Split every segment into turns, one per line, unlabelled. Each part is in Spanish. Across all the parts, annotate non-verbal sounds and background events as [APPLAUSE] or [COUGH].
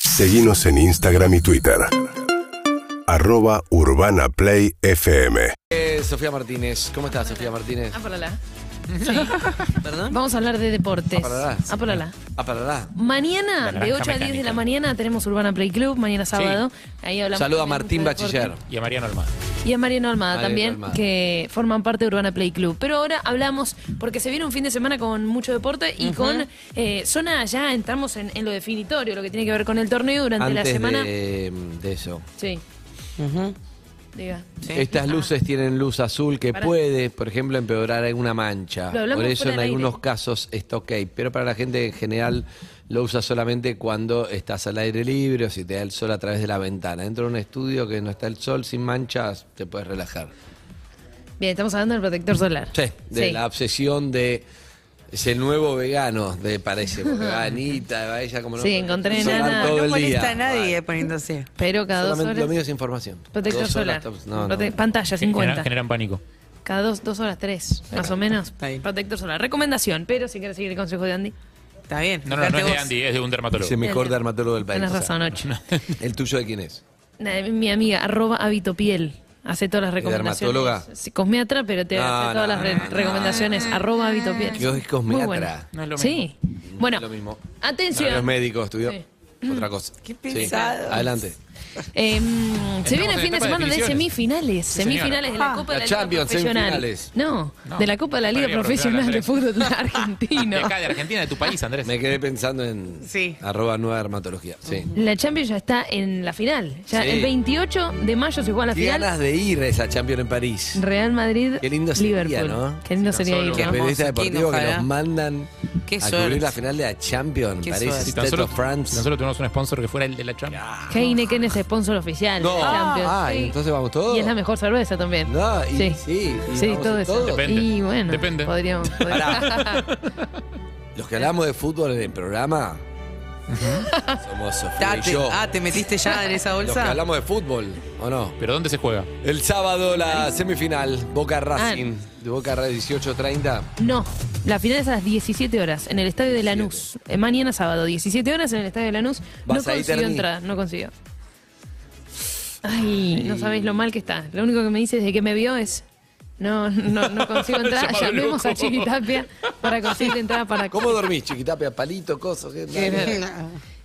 Seguimos en Instagram y Twitter. Arroba Urbana Play FM.
Eh, Sofía Martínez, ¿cómo estás, Sofía Martínez?
Ah, por allá. Ah,
¿Perdón?
Vamos a hablar de deportes.
Aparalá.
Ah, por allá.
Aparalá.
Mañana,
Naranja
de 8 a 10 de
mecánica.
la mañana, tenemos Urbana Play Club. Mañana sábado. Ahí hablamos.
Saluda a Martín
también mucho de deporte.
Bachiller.
Y a Mariano Almada.
Y a Mariano Almada
Mariano
también,
Almada.
que forman parte de Urbana Play Club. Pero ahora hablamos, porque se viene un fin de semana con mucho deporte y con eh, zona, ya entramos en, en lo definitorio, lo que tiene que ver con el torneo durante
Antes
la semana.
De, de eso.
Sí. Diga.
Estas luces tienen luz azul que
Pará.
puede, por ejemplo, empeorar alguna mancha.
Lo hablamos
Por eso
fuera
en
del aire.
algunos casos está ok, pero para la gente en general lo usa solamente cuando estás al aire libre o si te da el sol a través de la ventana. Dentro de un estudio que no está el sol sin manchas, te puedes relajar.
Bien, estamos hablando del protector solar.
Sí, de
Sí.
la obsesión de ese nuevo vegano, de parece, porque va Anita, va ella como no.
Sí, encontré
solar
nada.
todo
No
el
molesta
día.
a nadie
Bueno.
poniéndose.
Pero cada dos
Solamente
horas.
Lo mío es información.
Protector
Dos horas
solar.
tops. No, no.
Prote- Pantalla,
Que genera-
50.
generan pánico.
Cada dos, dos horas, tres, más o menos.
Está bien.
Protector solar. Recomendación, pero si quieres seguir el consejo de Andy,
Está bien.
No, no, no
fíjate
es de
vos.
Andy, es de un dermatólogo.
Es el mejor dermatólogo del país.
tenés
o sea.
razón,
[LAUGHS]
ocho.
¿El tuyo de quién es?
Nada, Mi amiga, arroba habitopiel. Hace todas las recomendaciones.
dermatóloga?
Sí, cosmiatra, pero te
No,
hace todas
no,
las re-
no, no.
recomendaciones. Arroba habitopiel.
Que es
Muy
cosmiatra.
bueno.
No es lo
Sí. Bueno,
Lo mismo.
atención.
No, los médicos, estudió.
Sí.
Otra cosa.
Qué
Sí.
pesados.
Adelante.
Eh, se viene
en
el fin de
etapa de
semana de,
definiciones.
semifinales.
Sí, señora.
semifinales de la Copa de
La
la
Champions,
Liga Profesional.
semifinales.
No,
No.
de la Copa de la
Para
Liga
Liga Profesional
Profesional de Fútbol [LAUGHS]
De [LAUGHS]
Argentino.
acá, de Argentina, de tu país, Andrés.
Me quedé pensando en
Sí.
arroba nueva dermatología. Sí.
La Champions ya está en la final. Ya
Sí.
el 28 de mayo se juega la
Qué
final.
ganas de ir a esa Champions en París.
Real Madrid,
Qué lindo sería,
Liverpool.
¿no?
Qué lindo
Si tan
sería
solo-
ir,
Los
Qué
¿no?
hermoso,
periodistas deportivos
Quino,
que nos
ojalá.
mandan
Qué
a
suerte.
cubrir la final de la Champions.
Qué
París,
suerte.
Si
State
tan solo,
of France.
tan solo tuvimos un sponsor que fuera el de la Champions.
Heineken es sponsor oficial de
no.
la Champions.
Ah,
Sí.
y entonces vamos todos.
Y es la mejor cerveza también.
No, y-
sí,
sí, y
Sí,
vamos
todo eso.
todos.
Depende.
Y bueno,
Depende.
podríamos.
Pará. Los que hablamos de fútbol en el programa somos Sofía
Ah,
y
te,
yo.
ah, te metiste ya en esa
Los que
bolsa. [LAUGHS]
hablamos de fútbol, ¿o no?
¿Pero dónde se juega?
El sábado la semifinal, Boca Racing, de Boca Racing 18.30.
no, la final es a las 17 horas en el estadio de Lanús. Eh, mañana sábado, 17 horas en el estadio de Lanús. No
¿Vas a ir,
consiguió
Terni?
entrar, no consiguió. Ay, no sabéis lo mal que está. Lo único que me dice desde que me vio es. No, no, no consigo entrar.
Llamado
Llamemos a
loco.
Chiquitapia para conseguir entrada para
¿Cómo dormís, chiquitapia? Palito, cosas. ¿qué?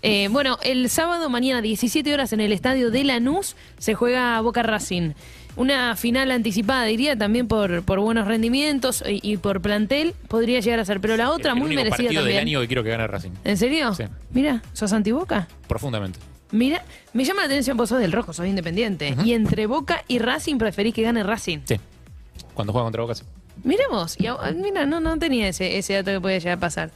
Eh, bueno, el sábado mañana, 17 horas, en el estadio de Lanús, se juega Boca Racing. Una final anticipada, diría, también por, por buenos rendimientos y, y por plantel, podría llegar a ser. Pero la otra,
el
muy
único
merecida
partido
también.
del año que quiero que gane Racing.
¿En serio?
Sí.
Mira, ¿sos antiboca?
Profundamente.
Mira, me llama la atención, vos sos del rojo, sos independiente. Y entre Boca y Racing, preferís que gane Racing.
Sí. Cuando juega contra Boca, sí.
Miremos, y, a- mira, no, no tenía ese, ese dato que podía llegar a pasar.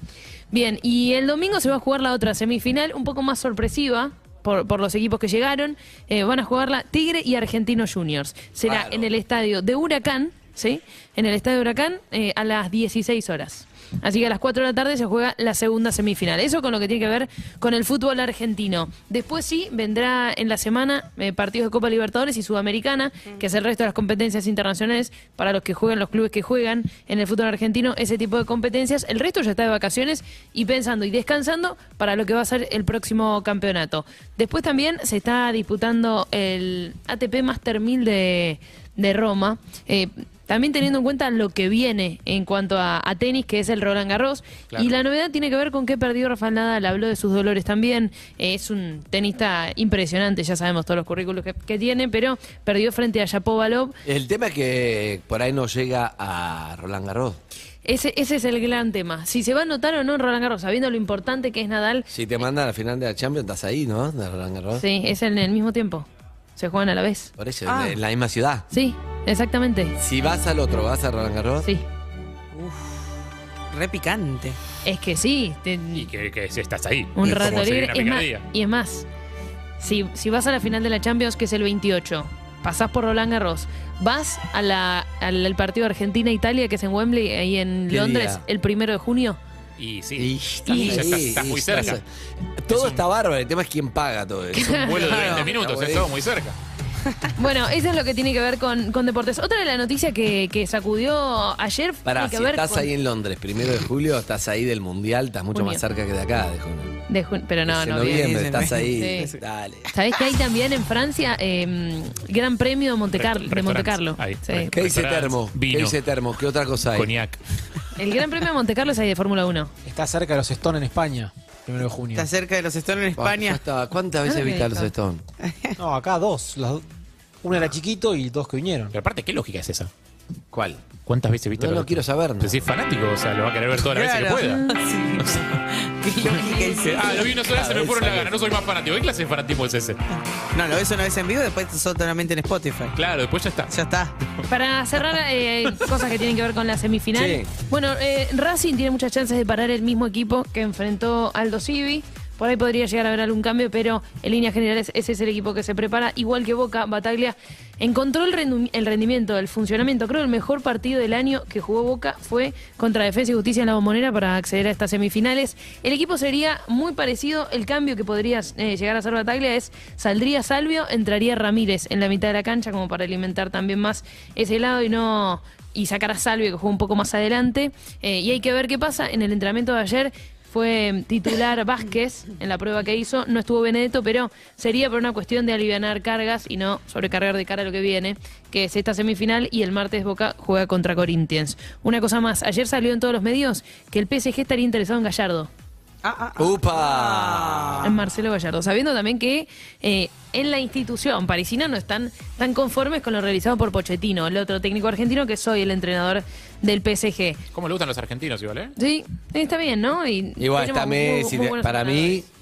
Bien, y el domingo se va a jugar la otra semifinal, un poco más sorpresiva. Por, por los equipos que llegaron, Eh, van a jugarla Tigre y Argentino Juniors. Será
Claro.
en el estadio de Huracán, ¿sí? En el estadio de Huracán eh, a las 16 horas. Así que a las 4 de la tarde se juega la segunda semifinal. Eso con lo que tiene que ver con el fútbol argentino. Después sí, vendrá en la semana eh, partidos de Copa Libertadores y Sudamericana, que es el resto de las competencias internacionales para los que juegan, los clubes que juegan en el fútbol argentino, ese tipo de competencias. El resto ya está de vacaciones y pensando y descansando para lo que va a ser el próximo campeonato. Después también se está disputando el ATP Master 1000 de, de Roma. Eh, también teniendo en cuenta lo que viene en cuanto a, a tenis, que es el Roland Garros.
Claro.
Y la novedad tiene que ver con que perdió Rafael Nadal, habló de sus dolores también. Eh, es un tenista impresionante, ya sabemos todos los currículos que, que tiene, pero perdió frente a Yapovalov.
El tema es que por ahí no llega a Roland Garros.
Ese, ese es el gran tema. Si se va a notar o no en Roland Garros, sabiendo lo importante que es Nadal.
Si te manda a la final de la Champions, estás ahí, ¿no? De Roland Garros.
Sí, es en el mismo tiempo. Se juegan a la vez.
Por eso,
Ah.
en la misma ciudad.
Sí, exactamente.
Si vas al otro, ¿vas a Roland Garros?
Sí.
Re picante.
Es que sí. te-
Y que, que si estás ahí.
Un
Es como
rato
seguir
libre.
la
Es más-
picardía.
y es más, si, si vas a la final de la Champions, que es el 28, pasás por Roland Garros, vas a la- al, al partido Argentina-Italia, que es en Wembley, ahí en
¿Qué
Londres,
día?
el primero de junio.
Y sí.
Y estás
Y-
ahí,
Ya estás- estás muy cerca.
Todo está bárbaro, el tema es quién paga todo eso.
Un vuelo de 20
Claro. [LAUGHS]
minutos,
Está
es todo muy cerca.
Bueno, eso es lo que tiene que ver con, con deportes. Otra de las noticias que, que sacudió ayer
Pará,
tiene que
si
ver
estás
con-
ahí en Londres, primero de julio, estás ahí del Mundial, estás mucho
Junio.
más cerca que de acá. de junio.
de jun- pero no,
Es en
no. bien.
noviembre,
bien.
estás ahí.
Sí.
Dale.
¿Sabés que hay también en Francia eh, Gran Premio de Monte, Car- de Monte Carlo?
Ahí,
Sí.
ahí.
¿Qué dice Termo?
Vino.
¿Qué dice Termo? ¿Qué otra cosa hay?
Cognac.
El Gran Premio de Monte Carlo es ahí de Fórmula 1.
Está cerca de los Stone en España, primero de junio.
Está cerca de los Stones en
Buah, Ah, ya
España.
está. ¿Cuántas veces
Ah,
viste a los
listo.
Stones?
No, acá dos. las do- Uno era chiquito y dos que vinieron.
Pero aparte, ¿qué lógica es esa?
¿Cuál?
¿Cuántas veces viste
No
a los
lo quiero saber, no.
Pero si es fanático, o sea, lo va a querer ver todas las veces que pueda.
[LAUGHS] Sí.
[LAUGHS]
Qué lógica es.
Dice, Ah, lo vi una sola, vez, se me fueron la gana, no soy más fanático. ¿Qué clase de fanatismo es ese?
No, lo ves una vez en vivo y después solamente en Spotify.
Claro, después ya está.
Ya está.
Para cerrar eh, cosas que tienen que ver con la semifinal.
Sí.
Bueno, eh, Racing tiene muchas chances de parar el mismo equipo que enfrentó Aldo Civi. Por ahí podría llegar a haber algún cambio, pero en líneas generales ese es el equipo que se prepara. Igual que Boca, Bataglia encontró el, rendu- el rendimiento, el funcionamiento. Creo el mejor partido del año que jugó Boca fue contra Defensa y Justicia en la Bombonera para acceder a estas semifinales. El equipo sería muy parecido. El cambio que podría eh, llegar a hacer Bataglia es saldría Salvio, entraría Ramírez en la mitad de la cancha como para alimentar también más ese lado y no y sacar a Salvio, que jugó un poco más adelante. Eh, y hay que ver qué pasa. En el entrenamiento de ayer fue titular Vázquez en la prueba que hizo. No estuvo Benedetto, pero sería por una cuestión de alivianar cargas y no sobrecargar de cara a lo que viene, que es esta semifinal y el martes Boca juega contra Corinthians. Una cosa más, ayer salió en todos los medios que el PSG estaría interesado en Gallardo,
Ah, ah, ah.
¡Upa!
en Marcelo Gallardo, sabiendo también que eh, en la institución parisina no están tan conformes con lo realizado por Pochettino, el otro técnico argentino que soy el entrenador del PSG.
¿Cómo le gustan los argentinos igual, eh?
Sí, está bien, ¿no? Y
Igual está
tenemos muy-
Messi.
muy
te-
buenos
para mí,
entrenadores.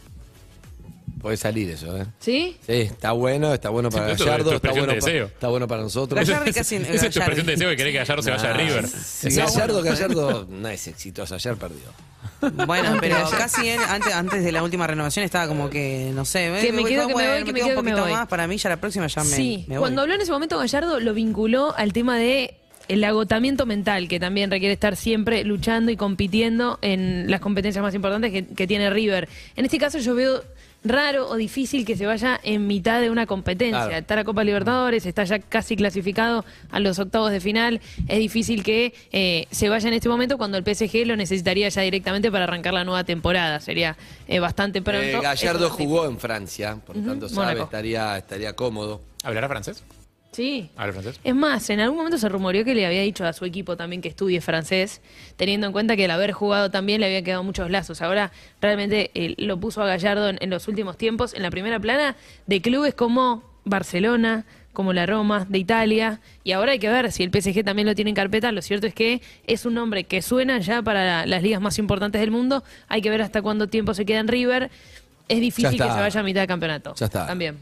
puede salir eso, ¿eh?
¿Sí?
Sí, está bueno, está bueno para
Esto es
Gallardo,
tu
está
expresión
bueno,
de
pa-
deseo.
está bueno para nosotros.
Gallardo casi en-
Esa es tu
Gallardi.
expresión de deseo que querés que Gallardo se vaya a River.
Ah, Sí, Gallardo,
[LAUGHS]
Gallardo no es exitoso, ayer perdió.
[LAUGHS]
Bueno, pero casi él, antes, antes de la última renovación estaba como que, no sé,
Que
eh,
me quedo, que me
bueno,
voy, que me
queda
quedo, que
un
me
poquito
voy.
más. Para mí ya la próxima ya me,
sí.
me voy.
Cuando habló en ese momento Gallardo lo vinculó al tema de el agotamiento mental, que también requiere estar siempre luchando y compitiendo en las competencias más importantes que, que tiene River. En este caso yo veo raro o difícil que se vaya en mitad de una competencia.
Claro.
Está la Copa Libertadores, está ya casi clasificado a los octavos de final. Es difícil que eh, se vaya en este momento cuando el PSG lo necesitaría ya directamente para arrancar la nueva temporada. Sería eh, bastante pronto.
Eh,
Eso
Gallardo
sí.
jugó en Francia, por lo
Ujú,
tanto sabe,
Mónaco.
estaría, estaría
[LAUGHS]
cómodo.
¿Hablará francés?
Sí.
¿Habla francés?
[LAUGHS]
Es más, en algún momento se rumoreó que le había dicho a su equipo también que estudie francés, teniendo en cuenta que al haber jugado también le habían quedado muchos lazos. Ahora realmente eh, lo puso a Gallardo en, en los últimos tiempos en la primera plana de clubes como Barcelona, como la Roma, de Italia. Y ahora hay que ver si el PSG también lo tiene en carpeta. Lo cierto es que es un nombre que suena ya para la- las ligas más importantes del mundo. Hay que ver hasta cuánto tiempo se queda en River. Es difícil que
está.
se vaya a mitad de campeonato.
Ya está. [LAUGHS]
También.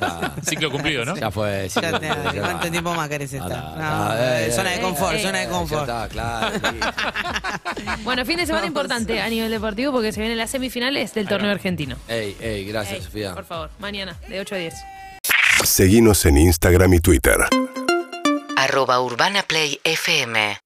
Ah,
Ciclo cumplido, ¿no?
ya fue. sí,
Ya te-
ya está.
¿Cuánto tiempo más querés estar?
Ah,
No,
ah,
eh,
eh,
zona de
eh,
confort,
eh,
zona de
Ya
confort.
está, claro.
[LAUGHS]
sí.
Bueno, fin de semana importante a nivel deportivo porque se vienen las semifinales del torneo argentino.
Ey, ey, gracias,
Ey,
Sofía.
Por favor, mañana, de 8 a 10.
Seguinos en Instagram y Twitter.
arroba Urbana Play FM